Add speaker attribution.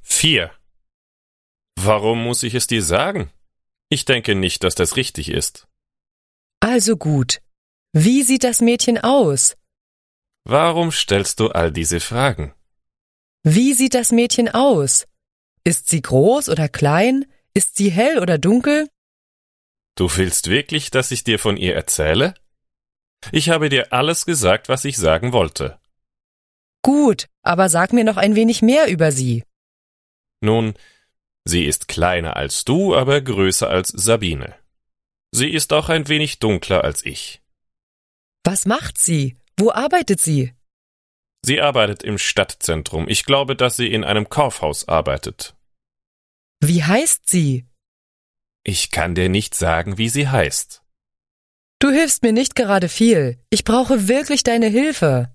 Speaker 1: Vier. Warum muss ich es dir sagen? Ich denke nicht, dass das richtig ist.
Speaker 2: Also gut. Wie sieht das Mädchen aus?
Speaker 1: Warum stellst du all diese Fragen?
Speaker 2: Wie sieht das Mädchen aus? Ist sie groß oder klein? Ist sie hell oder dunkel?
Speaker 1: Du willst wirklich, dass ich dir von ihr erzähle? Ich habe dir alles gesagt, was ich sagen wollte.
Speaker 2: Gut, aber sag mir noch ein wenig mehr über sie.
Speaker 1: Nun, sie ist kleiner als du, aber größer als Sabine. Sie ist auch ein wenig dunkler als ich.
Speaker 2: Was macht sie? Wo arbeitet sie?
Speaker 1: Sie arbeitet im Stadtzentrum. Ich glaube, dass sie in einem Kaufhaus arbeitet.
Speaker 2: Wie heißt sie?
Speaker 1: Ich kann dir nicht sagen, wie sie heißt.
Speaker 2: Du hilfst mir nicht gerade viel. Ich brauche wirklich deine Hilfe.